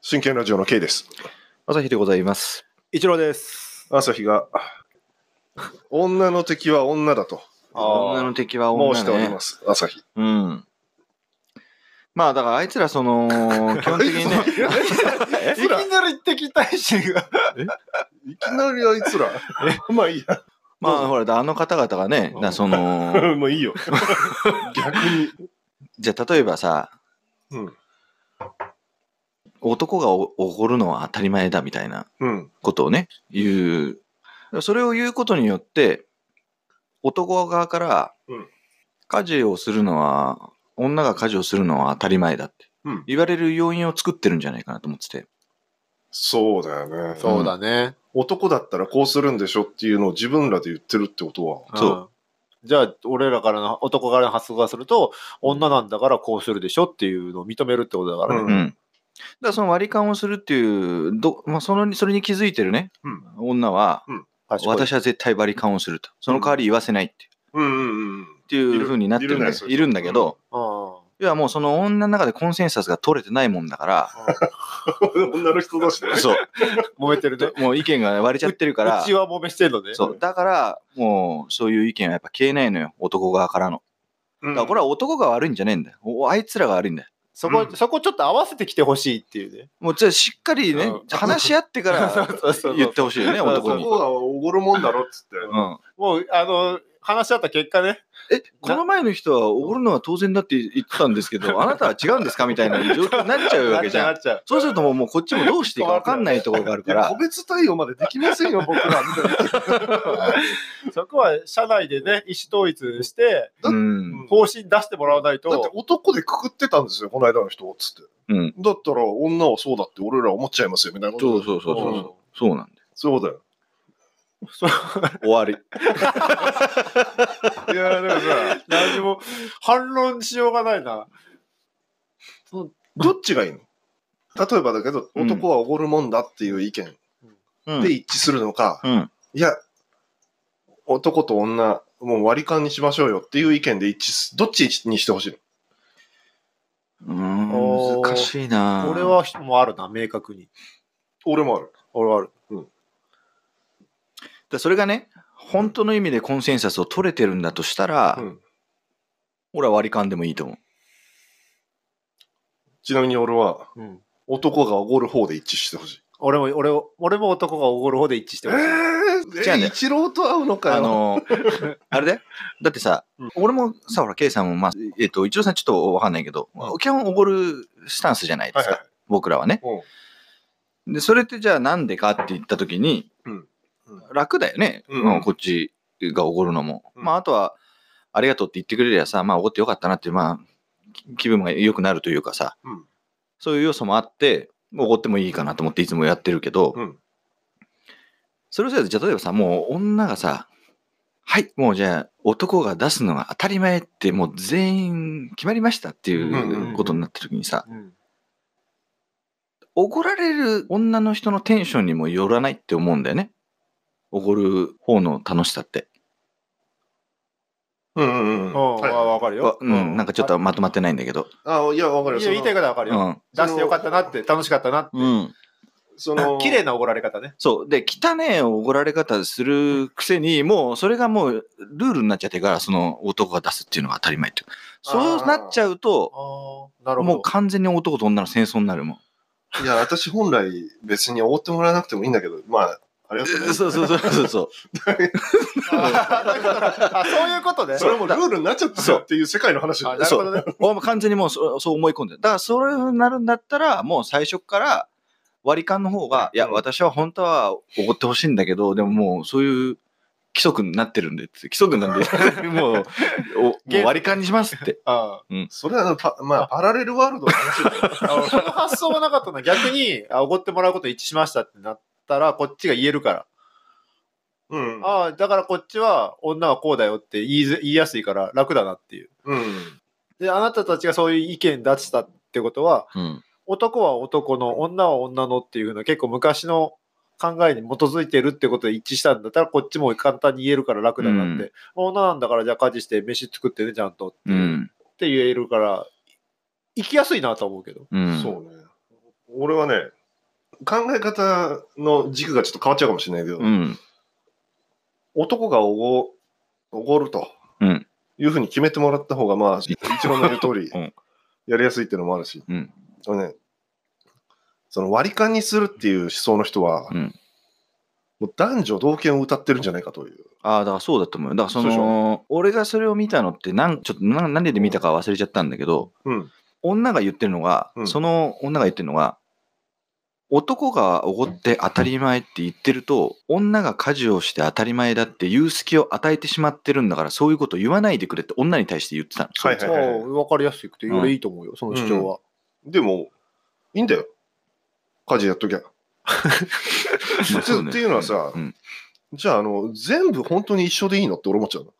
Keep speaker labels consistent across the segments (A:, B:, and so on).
A: 真剣ラジオの K です。
B: 朝日でございます。
C: 一郎です。
A: 朝日が、女の敵は女だと
B: 女の敵は女、ね、。
A: 申しておりますす、朝日。
B: うん。まあだからあいつらそ の、基本的 にね、
C: いきなり敵対心が。
A: いきなりあいつら。まあいいや。
B: まあほら、あの方々がね、なその、
A: もういいよ。逆に。
B: じゃあ例えばさ、
A: うん
B: 男がおおごるのは当たり前だみたいな
A: うん。
B: ことをね、言う。それを言うことによって、男側から
A: うん、
B: 家事をするのは、女が家事をするのは当たり前だって
A: うん
B: 言われる要因を作ってるんじゃないかなと思ってて。
A: そうだよね。
B: そうだ
C: ね。。
A: 男だったらこうするんでしょっていうのを自分らで言ってるってことは。
B: そうん
C: じゃあ、俺らからの、男からの発想がすると、女なんだからこうするでしょっていうのを認めるってことだから
A: う
C: ね。
A: ん
B: うん。だからその割り勘をするっていう、どまあ、そのそれに気づいてるね、
A: うん
B: 女は、
C: 確かに。
B: 私は絶対割り勘をすると。その代わり言わせないって,、
A: うんうん うん。
B: っていうふうになってるんだ
A: いるねそういう人
B: いるんだけど、
C: う
B: 要はもうその女の中でコンセンサスが取れてないもんだ から、
A: 女の人だしね。
B: そう。
C: ん。揉めて るね。
B: もう意見が割れちゃってるから
C: うち、は揉めしてんのね。
B: そう。だから、もうそういう意見はやっぱ消えないのよ、男側からの。
A: う
B: だ
A: ん
B: からこれは男が悪いんじゃねえんだよ。おあいつらが悪いんだよ。
C: そこ、
A: うん
C: そこちょっと合わせてきてほしいってい うね。
B: もうじゃあしっかりね
C: う、ん
B: 話し合ってから
C: そうそう
B: 言ってほしいよね、
C: そうそう
B: 男
A: 男
B: に。
A: はおごるもんだろっつって。
B: うん
C: もう、あの、話し合った結果ね。
B: え、この前の人はおごるのは当然だって言ってたんですけど、あなたは違うんですかみたいな状況になっちゃうわけじゃ。
C: なんっちゃう。
B: そうするともうもうこっちもどうしていいか分かんないところがある
A: い
B: か
A: や
B: ら
A: 個、別対応までできませんよ、僕 ら。みたいな
C: そこは社内でね、意思統一して、
A: だ
B: うん、
C: 方針出してもらわないと。
A: だって男でくくってたんですよ、この間の人、つって。
B: うん。
A: だったら女はそうだって俺ら思っちゃいますよ、みたいなこと。
B: そうそうそうそう
A: うん
B: そうなんだ
A: そうだよ。
B: よ。終わり。
A: いや、だから さ、
C: 何も反論しようがないな。
A: どっちがいいの例えばだけど、
B: うん
A: 男はおごるもんだっていう意見
B: うん
A: で一致するのか、
B: うん。
A: いや、男と女、もう割り勘にしましょうよっていう意見で一致す、どっちにしてほしいの
B: うーん
C: おー
B: 難しいな
C: 俺はもうあるな、明確に。
A: 俺もある。
C: 俺はある。
B: だそれがね本当の意味でコンセンサスを取れてるんだとしたら、
A: うん
B: 俺は割り勘でもいいと思う
A: ちなみに俺は、
C: うん。
A: 男がおごる方で一致してほしい。
C: 俺も、俺を、俺も男がおごる方で一致してほしい。
A: ー
B: じゃあね
A: 一郎と会うのかよ。
B: あのあれでだってさ、
A: うん
B: 俺もさほら K さんもまあえっ、と一郎さんちょっと分かんないけど、
A: うん
B: 基本おごるスタンスじゃないで
A: は
B: す
A: い
B: か、
A: はい。
B: 僕らはね
A: うん
B: でそれってじゃあなんでかって言った時に、
A: うんうん
B: 楽だよね、
A: うん
B: まあこっちがおごるのも、
A: うん
B: まああとはありがとうって言ってくれりゃさまあおごってよかったなってまあき気分が良くなるというかさ、
A: うん
B: そういう要素もあっておごってもいいかなと思っていつもやってるけど、
A: うん
B: それをさじゃあ例えばさもう女がさはいもうじゃあ男が出すのが当たり前ってもう全員決まりましたっていうことになった時にさ、
C: うん。
B: おごられる女の人のテンションにもよらないって思うんだよね。おごる方の楽しさって。
A: うんうんうん。
C: うん、
A: はい
C: わかるよ。
B: うん、なんかちょっとまとまってないんだけど。
A: あ、いや、わか
C: あ。
A: る
C: いや、言いたいことはわかる
B: う
C: よ。
B: ん。
C: 出してよかったなって、楽しかったなって。
B: うん。
A: その、
C: 綺麗なおごられ方ね。
B: そう。で、汚えおごられ方するくせに、もうそれがもうルールになっちゃってから、その男が出すっていうのが当たり前っていう。そうなっちゃうと、
C: ああ、なるほど。
B: もう完全に男と女の戦争になるもん。
A: いや、私本来別におごってもらわなくてもいいんだけど、まあ、ありがとうございます。
B: そうそうそうそうそう。
C: あそういうことね。
A: それもルールになっちゃったよっていう世界の話
C: あ
A: だ
C: なるほどね。
B: 俺 も完全にもうそそう思い込んでるだからそういうふうになるんだったらもう最初から割り勘の方がいや
A: うん
B: 私は本当はおごってほしいんだけどでももうそういう規則になってるんでって規則なん でもうおもう割り勘にしますって
C: あ
A: それはパ、まあ、パラレルワールドの話 だよ。
C: あその発想はなかったな。逆に、あおごってもらうこと一致しましたってなったら、こっちが言えるから。
A: うん。
C: ああ、だからこっちは女はこうだよって言いず言いやすいから楽だなっていう。
A: うん。
C: で、あなたたちがそういう意見出したってことは、
B: うん
C: 男は男の、女は女のっていうのは結構昔の考えに基づいてるってことで一致したんだったら、こっちも簡単に言えるから楽だなって。
B: う
C: 女なんだからじゃあ家事して飯作ってね、ちゃんとって,、
B: うん
C: 言えるから、行きやすいなとは思うけど。
B: うん
A: そうね。俺はね、考え方の軸がちょっと変わっちゃうかもしれないけど、
B: うん。
A: 男がおごおごると
B: うん
A: いうふうに決めてもらった方が、まあ、一郎の言う通り
B: うん、
A: やりやすいっていうのもあるし、
B: うん
A: あのね、その割り勘にするっていう思想の人は、
B: うん
A: もう男女同権を歌ってるんじゃないかという。
B: ああ、だからそうだと思うよ。だから
A: そ
B: そ
A: うでし
B: の、俺がそれを見たのって、なんちょっとな何で見たか忘れちゃったんだけど、
A: うん、
B: 女が言ってるのが、
A: うん
B: その女が言ってるのが、男がおごって当たり前って言ってると、女が家事をして当たり前だって言う隙を与えてしまってるんだから、そういうこと言わないでくれって女に対して言ってた の。
A: はいはいはい
C: まあわかりやすくて、
B: うん
C: 俺いいと思うよ、その主張は。
A: でも、いいんだよ。家事やっときゃ。
B: まあそうね
A: っていうのはさ
B: うん
A: じゃあ、あの、全部本当に一緒でいいのって俺思っちゃう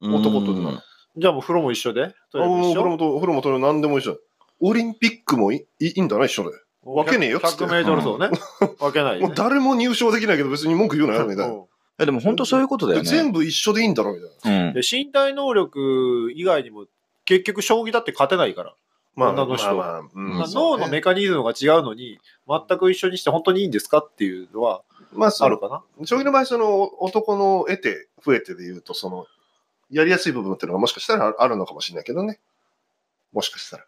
A: の。男と女
B: うん
C: じゃあもう風呂も一緒でトイレ
A: あ
C: も
A: もう
C: 一
A: 風呂
C: 緒
A: もと、風呂もと何でも一緒だオリンピックもいいいいんだな、一緒で。分けねえよっつって
C: 100メートル走ね。 分けないよ
A: も
C: ね
A: う誰も入賞できないけど別に文句言うなよ、みたいな。
C: う
B: いやでも本当そういうことだよ
A: で
B: ね。
A: 全部一緒でいいんだろ、みたいな。
B: うん
C: んで身体能力以外にも、結局将棋だって勝てないから。
A: まあ、
C: 女の人
A: まあまあうん
C: まあ
A: そう
C: 脳
A: ね
C: のメカニズムが違うのに、全く一緒にして本当にいいんですかっていうのは
A: まあ、そ
C: ある
A: の、
C: かな。
A: 将棋の場合、その、男の得て、増えてで言うと、その、やりやすい部分っていうのがもしかしたらあるのかもしれないけどね。もしかしたら。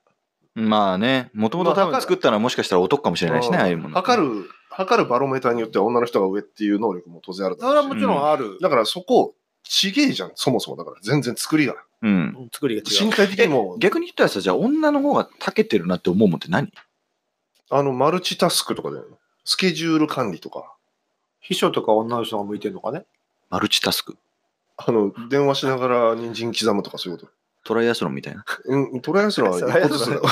B: まあね、もともと多分作ったのはもしかしたら男かもしれないしね、
A: うん
B: ああいうもの。
A: 測る、測るバロメーターによっては女の人が上っていう能力も当然あるだ
C: それは
A: ろうし
C: もちろんある。
A: だからそこ、ちげえじゃん、そもそもだから。全然作りが。
B: うん。
C: うん作りが違う
A: 身。体的にも、
B: 逆に言ったらさ、じゃあ女の方が長けてるなって思うもんって何
A: あの、マルチタスクとかだよね。スケジュール管理とか。
C: 秘書とか女の人が向いてるのかね。
B: マルチタスク。
A: あの、電話しながら人参刻むとかそういうこと。
B: トライアスロンみたいな。
A: うん、トライアスロンは一個ずつだよ。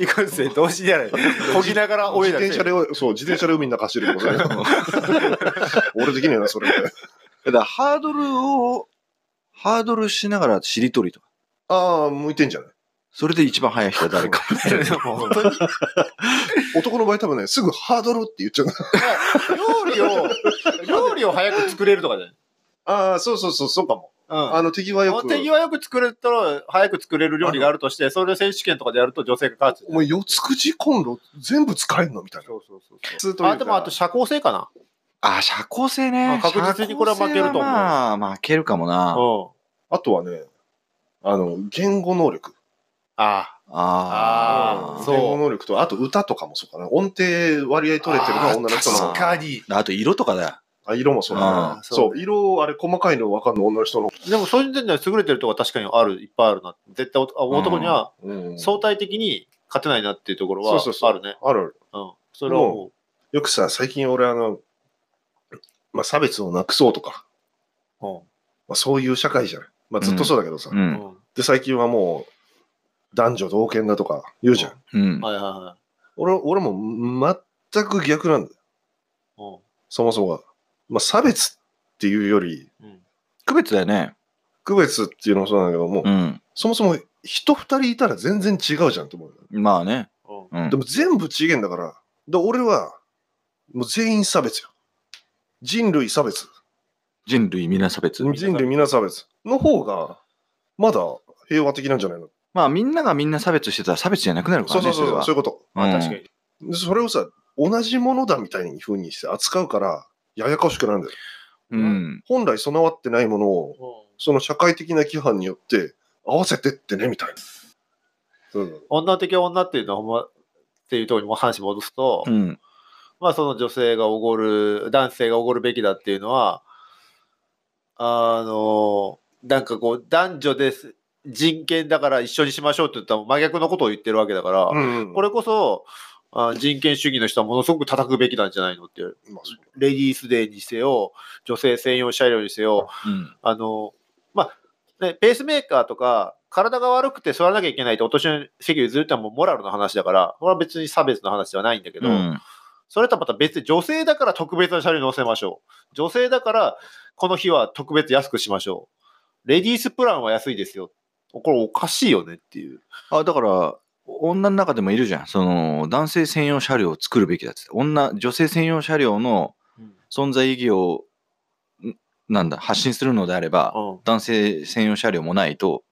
C: いかんせん、同時じゃない。こぎながら
A: 自
C: 泳いだり
A: 転
C: し
A: 車
C: て
A: で、そう、自転車で海の中走るとかね 俺できねえな、それ。
B: だからハードルを、ハードルしながらしりとりとか。
A: ああ、向いてんじゃない
B: それで一番速い人は誰か。
C: 本当に
A: 男の場合多分ね、すぐハードルって言っちゃう。
C: 料理を、料理を早く作れるとかじゃない。
A: ああ、そうそうそう、そうかも。
C: うん。
A: あの、敵はよ
C: お
A: く、
C: 手際よく作れたら、早く作れる料理があるとして、それを選手権とかでやると女性が勝つ。
A: お前、四つ口コンロ全部使えんのみたいな。
C: そうそうそうそう。
A: 普通とい
C: あ
A: うか
C: でもあと社交性かな。
B: あ、社交性ね
C: あ。確実にこれは負けると
B: 社
C: 思う
B: 交性はまあ、負けるかも
C: う
B: な。あ
C: ん。
A: あとはね、あの、言語能力。
C: あ
B: あ
C: あ
A: 言
B: ー。
C: ーそう
A: 語能力と、あと歌とかもそうかな。音程割合取れてるのは女の人
B: あ
A: の
B: ー。
C: に。
B: あと色とかだよ。
A: あ、色もそうだな
B: あー
A: そ
C: そ
A: う、
C: う
A: 色、あれ、細かいの分かんの女の人の。
C: でもそういう点では優れてるとこは確かにある、いっぱいあるな。絶対おあ男には
A: うん
C: 相対的に勝てないなっていうところ
A: そう
C: は
A: そうそう
C: あるね。
A: あるある。
C: うん。それはもう。
A: よくさ、最近俺、あの、まあ、差別をなくそうとか、まあ、そういう社会じゃない。まあ、ずっとそうだけどさ。
B: う。
C: うんん。
A: で、最近はもう、男女同権だとか言うじゃん。
B: うん。
C: はいはいは
A: 俺、俺も全く逆なんだよ。
C: い。うん
A: そもそもが。まあ、差別っていうより、
C: うん
B: 区別だよね。
A: 区別っていうのもそうなんだけども、
B: うん。
A: そもそも人二人いたら全然違うじゃんと思うよ。
B: まあね。
C: うん
B: うん
A: でも全部違えんだから。で、俺は、もう全員差別よ。人類差別。
B: 人類皆差別。
A: 人類皆差別。の方が、まだ平和的なんじゃないの
B: まあみんながみんな差別してたら差別じゃなくなるか
A: そ
B: ら
A: うそ
B: ね、
A: うそうそう、そういうこと。
B: れはうん
C: 確かに。
A: でそれをさ、同じものだみたいに風にして扱うから、ややこしくなるんだよ。
B: うん。
A: 本来備わってないものを、その社会的な規範によって、合わせてってね、みたいな。そう
C: 女的女っていうのはほんま、っていうところにも話戻すと、
B: うん。
C: まあその女性がおごる、男性がおごるべきだっていうのは、あの、なんかこう、男女です、人権だから一緒にしましょうって言ったら真逆のことを言ってるわけだから、
A: うんうん、
C: これこそ、あ人権主義の人はものすごく叩くべきなんじゃないのっていう。
A: まあそう
C: レディースデーにせよ、女性専用車両にせよ、
B: うん。
C: あの、まあ、ね、ペースメーカーとか、体が悪くて座らなきゃいけないとお年寄りの席を譲るってのはもうモラルの話だから、これは別に差別の話ではないんだけど、
B: うん
C: それとはまた別に女性だから特別な車両に乗せましょう。女性だからこの日は特別安くしましょう。レディースプランは安いですよ。これおかしいよねっていう。
B: あだから女の中でもいるじゃんその男性専用車両を作るべきだっつって女女性専用車両の
C: うん
B: 存在意義をんなんだ発信するのであれば、男性専用車両もないと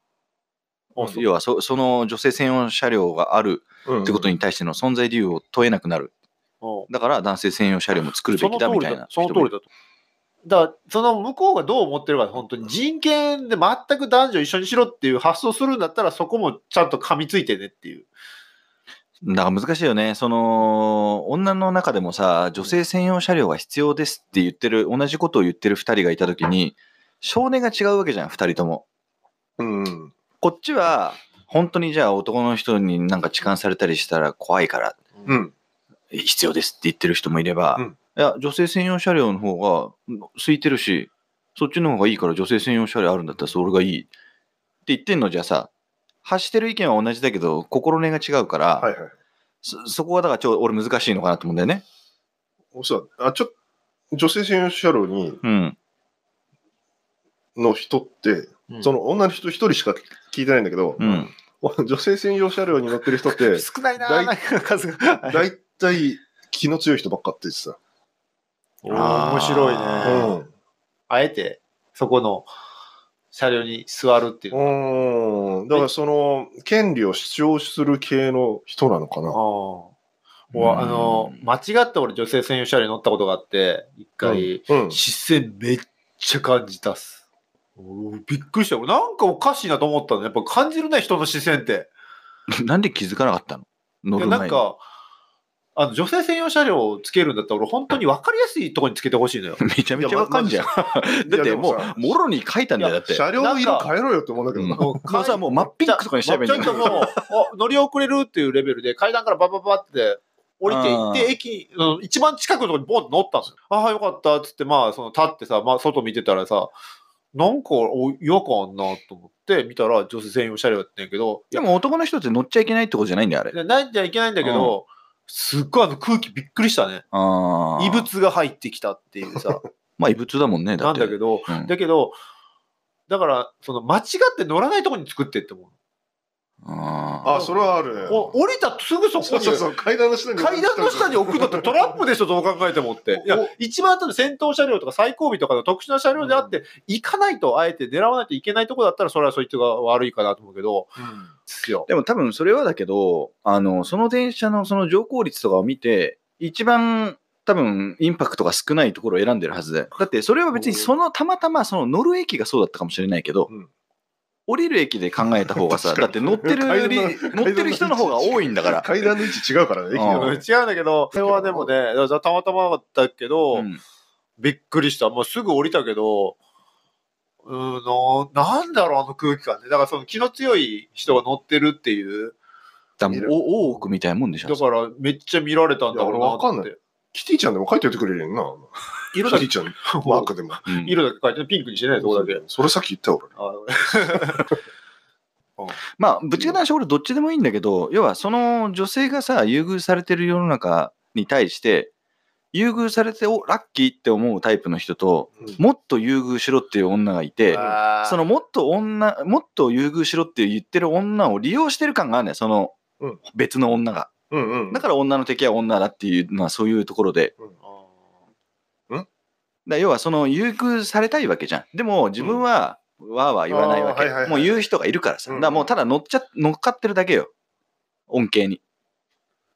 C: あそう
B: 要はそその女性専用車両がある
A: うん
B: ってことに対しての存在理由を問えなくなる、
C: うん
B: だから男性専用車両も作るべきだみたいな
C: その通りだその通りだと。だからその向こうがどう思ってるか本当に人権で全く男女一緒にしろっていう発想するんだったらそこもちゃんと噛みついてねっていう。
B: だから難しいよね。その、女の中でもさ、女性専用車両が必要ですって言ってる、同じことを言ってる二人がいたときに、少年が違うわけじゃん、二人とも。
A: うん。
B: こっちは、本当にじゃあ男の人になんか痴漢されたりしたら怖いから、
A: うん。
B: 必要ですって言ってる人もいれば、
A: うん
B: いや、女性専用車両の方がうん空いてるし、そっちの方がいいから女性専用車両あるんだったらそれがいいって言ってんのじゃあさ、発してる意見は同じだけど、心根が違うから、
A: はいはい。
B: そそこはだからちょ俺難しいのかなと思うんだよね。
A: そうだあ、ちょっと、女性専用車両に、
B: うん。
A: の人って、その女の人一人しか聞いてないんだけど、
B: うん。
A: 女性専用車両に乗ってる人って、
C: 少ないな
A: だい
C: なんか数が。 はい
A: 大体気の強い人ばっかって言ってた。
C: おー面白いね。
A: ん。
C: あえてそこの車両に座るっていうのは。
A: うん。だからその、権利を主張する系の人なのか
C: あ
A: な。
C: ーもうあの間違って俺女性専用車両に乗ったことがあって一回。
A: うん。
C: 視線めっちゃ感じたっす。おーびっくりした。俺なんかおかしいなと思ったの。やっぱ感じるね、人の視線って。
B: なんで気づかなかったの乗
C: いや
B: る前
C: なん
B: に
C: か、あの女性専用車両をつけるんだったら、俺本当に分かりやすいとこにつけてほしいのよ。
B: めちゃめちゃわかんじゃん。
A: ず
B: だっても
A: いやでもさ
B: う、もろに書いたんだよ、だって。
A: 車両の色変えろよって思うんだけどな。
B: も
C: う
B: もうさもう真っピンクとかにしちゃえばいいん
C: ち
B: だ
C: ょ
B: よ
C: っともう、お乗り遅れるっていうレベルで、階段からバババって降りていっ
B: あ
C: て、
B: ー
C: 駅、うん一番近くのとこにボンって乗ったんですよ。ああ、よかったっつって、まあ、その立ってさ、まあ、外見てたらさ、なんかお違和感あんなと思って、見たら女性専用車両やってんやけど、い
B: で
C: や
B: も男の人って乗っちゃいけないってことじゃないんだよ、あれ。
C: でないじゃいけないんだけど、すっごいあの空気びっくりしたね。
B: あー
C: 異。物が入ってきたっていうさ、
B: まあ異物だもんね、だ
C: な
B: っ
C: ん
B: て。
C: だけど、
B: うん
C: だけど、だから、その間違って乗らないとこに作ってって思う。
B: あ
A: あ、それはあるね。
C: お降りたすぐそこ
A: そう
C: に
A: そうそう、階段の下に。
C: 階段の下に置くのってトラップでしょ、どう考えてもって。いや
A: お、
C: 一番多分先頭車両とか最後尾とかの特殊な車両であって、行かないと、あえて狙わないといけないとこだったら、それはそいつが悪いかなと思うけど、ですよ。
B: でも多分それはだけど、あの、その電車のその乗降率とかを見て、一番多分インパクトが少ないところを選んでるはずで。だってそれは別にそのたまたまその乗る駅がそうだったかもしれないけど、
A: うん
B: 降りる駅で考えた方がさ、
A: 確か
B: だ
A: に
B: って乗って るより
A: 階段
B: 乗ってる人の方が多いんだ から。
A: 階段の位置違うからね、駅
B: う
C: うん
A: がね
B: ん
C: 違うんだけど、それはでもね、だからたまたまだったけど、
B: うん
C: びっくりした。もうすぐ降りたけど、うーん、ななんだろう、あの空気感ね。だからその気の強い人が乗ってるっていう。
B: だからもうお大奥みたいなもんでしょ
C: だ。からめっちゃ見られたんだろう
A: いや
C: なって。
A: 俺わかんないキティちゃんでも書いておいてくれるよな。
C: 色
A: キ
C: だ
A: ティ、
C: け
A: ちゃんのマークでも。
B: うん
C: 色だけ変えてピンクにしてない、そこだけ。
A: それさっき言ったよ、俺。
C: あ
B: まあぶっちゃけた話俺どっちでもいいんだけど要はその女性がさ優遇されてる世の中に対して優遇されておラッキーって思うタイプの人ともっと優遇しろっていう女がいて
C: あー
B: そのもっと女もっと優遇しろって言ってる女を利用してる感があるねその
A: うん
B: 別の女が
A: うんうん。
B: だから女の敵は女だっていうのはそういうところでだから要はその優遇されたいわけじゃんでも自分はわーわー言わないわ
A: あーは
B: け
A: いはいはい
B: もう言う人がいるからさ
A: うん
B: だからもうただ乗っちゃ乗っかってるだけよ恩恵に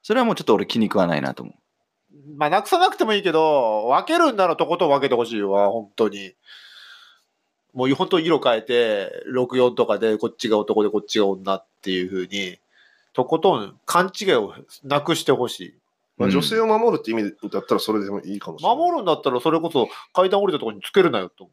B: それはもうちょっと俺気に食わないなと思う
C: まあ、なくさなくてもいいけど、分けるんならとことん分けてほしいわ、本当に。もう本当に色変えて、64とかでこっちが男でこっちが女っていうふうに、とことん勘違いをなくしてほしい。
A: まあ、
B: うん
A: 女性を守るって意味だったらそれでもいいかもしれない。
C: 守るんだったらそれこそ階段降りたところにつけるなよと思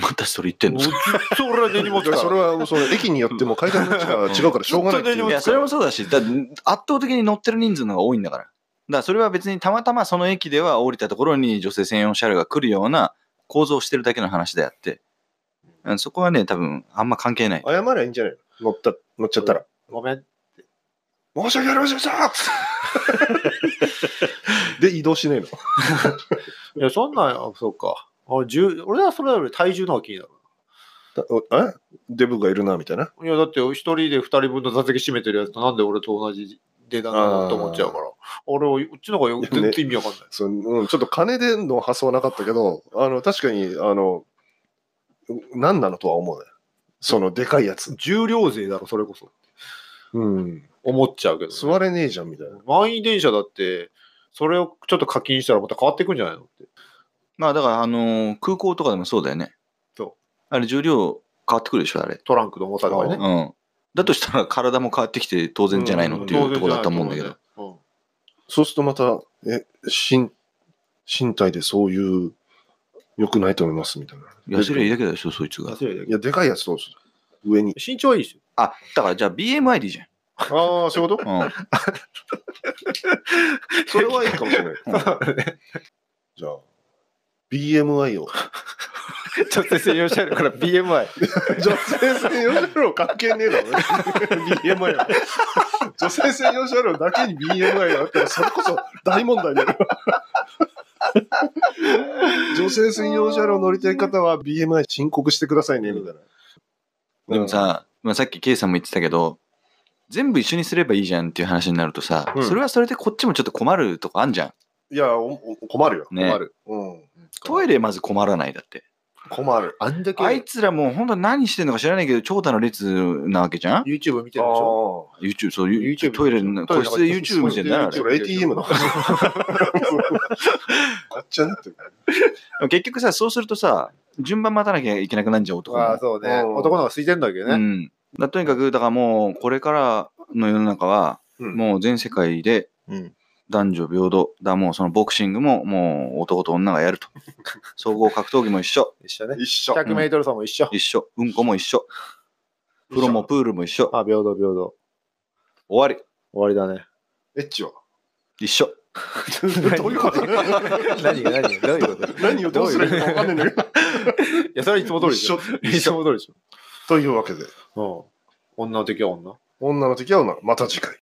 B: またそれ言って
C: う。
B: ん
C: も
B: の
C: うずっと俺は根に持つから。
A: それはその駅によっても階段の位置が違うからしょうがないってい
C: ずっと
A: う。
B: い
C: 根に持
B: や
C: つ
B: それもそうだしだ圧倒的に乗ってる人数の方が多いんだからだからそれは別にたまたまその駅では降りたところに女性専用車両が来るような構造をしてるだけの話であってうんそこはね多分あんま関係ない
A: 謝りゃいいんじゃないの乗った、乗っちゃったら。
C: ごめん。
A: 申し訳ありませんで したで、移動しねえの。
C: いや、そんなん、あそうか。あ重俺はそれより体重の方が気になる。
A: えデブがいるな、みたいな。
C: いや、だって一人で二人分の座席占めてるやつとなんで俺と同じ値段なのと思っちゃうから。俺は、うちの方がよ全然意味わかんない。
A: そううん、ちょっと金での発想はなかったけど、あの、確かに、あの、何なのとは思うね。その、でかいやつ。
C: 重量税だろ、それこそ。
A: うん。
C: 思っちゃうけど、ね。
A: 座れねえじゃんみたいな。
C: 満員電車だって、それをちょっと課金したらまた変わってくんじゃないのって。
B: まあだから、あのー空港とかでもそうだよね。
C: そう
B: あれ、重量変わってくるでしょ、あれ。
C: トランクの重さが
A: う
C: ね。
B: うん。だとしたら体も変わってきて当然じゃないのっていうところだと思うんだけど。
C: ど。
A: そうするとまた、え、身、身体でそういう、良くないと思いますみたいな。
B: 痩せりゃいいだけだでしょ、そいつが。
A: いや、でかいやつどうする上に。
C: 身長はいいですよ。
B: あ、だからじゃあ BMI でいいじ
A: ああ、そういうこと
B: ゃん。うん。
A: それはいいかもしれない。じゃあ、BMI を。
C: ちょっと先生いらっしゃるから BMI。
A: 女性専用車両関係ねえだろ、ね。BMI は。女性専用車両だけに BMI があったら、それこそ大問題だよ。女性専用車両乗りたい方は BMI 申告してくださいね、みたいな。
B: でもさ、まあ、さっき K さんも言ってたけど、全部一緒にすればいいじゃんっていう話になるとさ、
A: うん
B: それはそれでこっちもちょっと困るとこあんじゃん。
A: うん、いやおお困るよ。
B: ね
A: 困る。うん。
B: トイレまず困らないだって。
A: 困る。
C: あんだけ
B: あいつらもう本当何してんのか知らないけど、長蛇の列なわけじゃん
C: YouTube 見て
A: あ
C: るでしょ
A: ー
B: ?YouTube、そう、
C: YouTube
B: YouTube トイレの、
C: トイレ
B: 個
C: の
B: 室で YouTube 見てんだよ、あれ
A: それ ATM の。あっちゃなってる。
B: 結局さ、そうするとさ、順番待たなきゃいけなくなるじゃん、男も
C: ああ、そうね。
A: うん
C: 男の方が空いてんだけど
B: う
C: ね。
B: ん。だとにかく、だからもう、これからの世の中は、
A: うん
B: もう全世界で
A: うん
B: 男女平等。だ、もうそのボクシングも、もう男と女がや ると。総合格闘技も一緒。
C: 一緒ね。
A: 一緒。
C: 100メートル走も一緒。
B: 一緒。うんこも一緒。風呂もプールも一緒。
C: あ、平等平等。
B: 終わ
C: 終わりだね。
A: エッチは。
B: り。一緒。
A: どういうこと
C: 何が何がどういうこと
A: 何をどうすればいいのか分かんないんだけど。
C: いや、それはいつも通りでしょ。いつも通りでし
A: というわけで、
C: ょ。うん。女の時は女。
A: 女の時は女、また次回。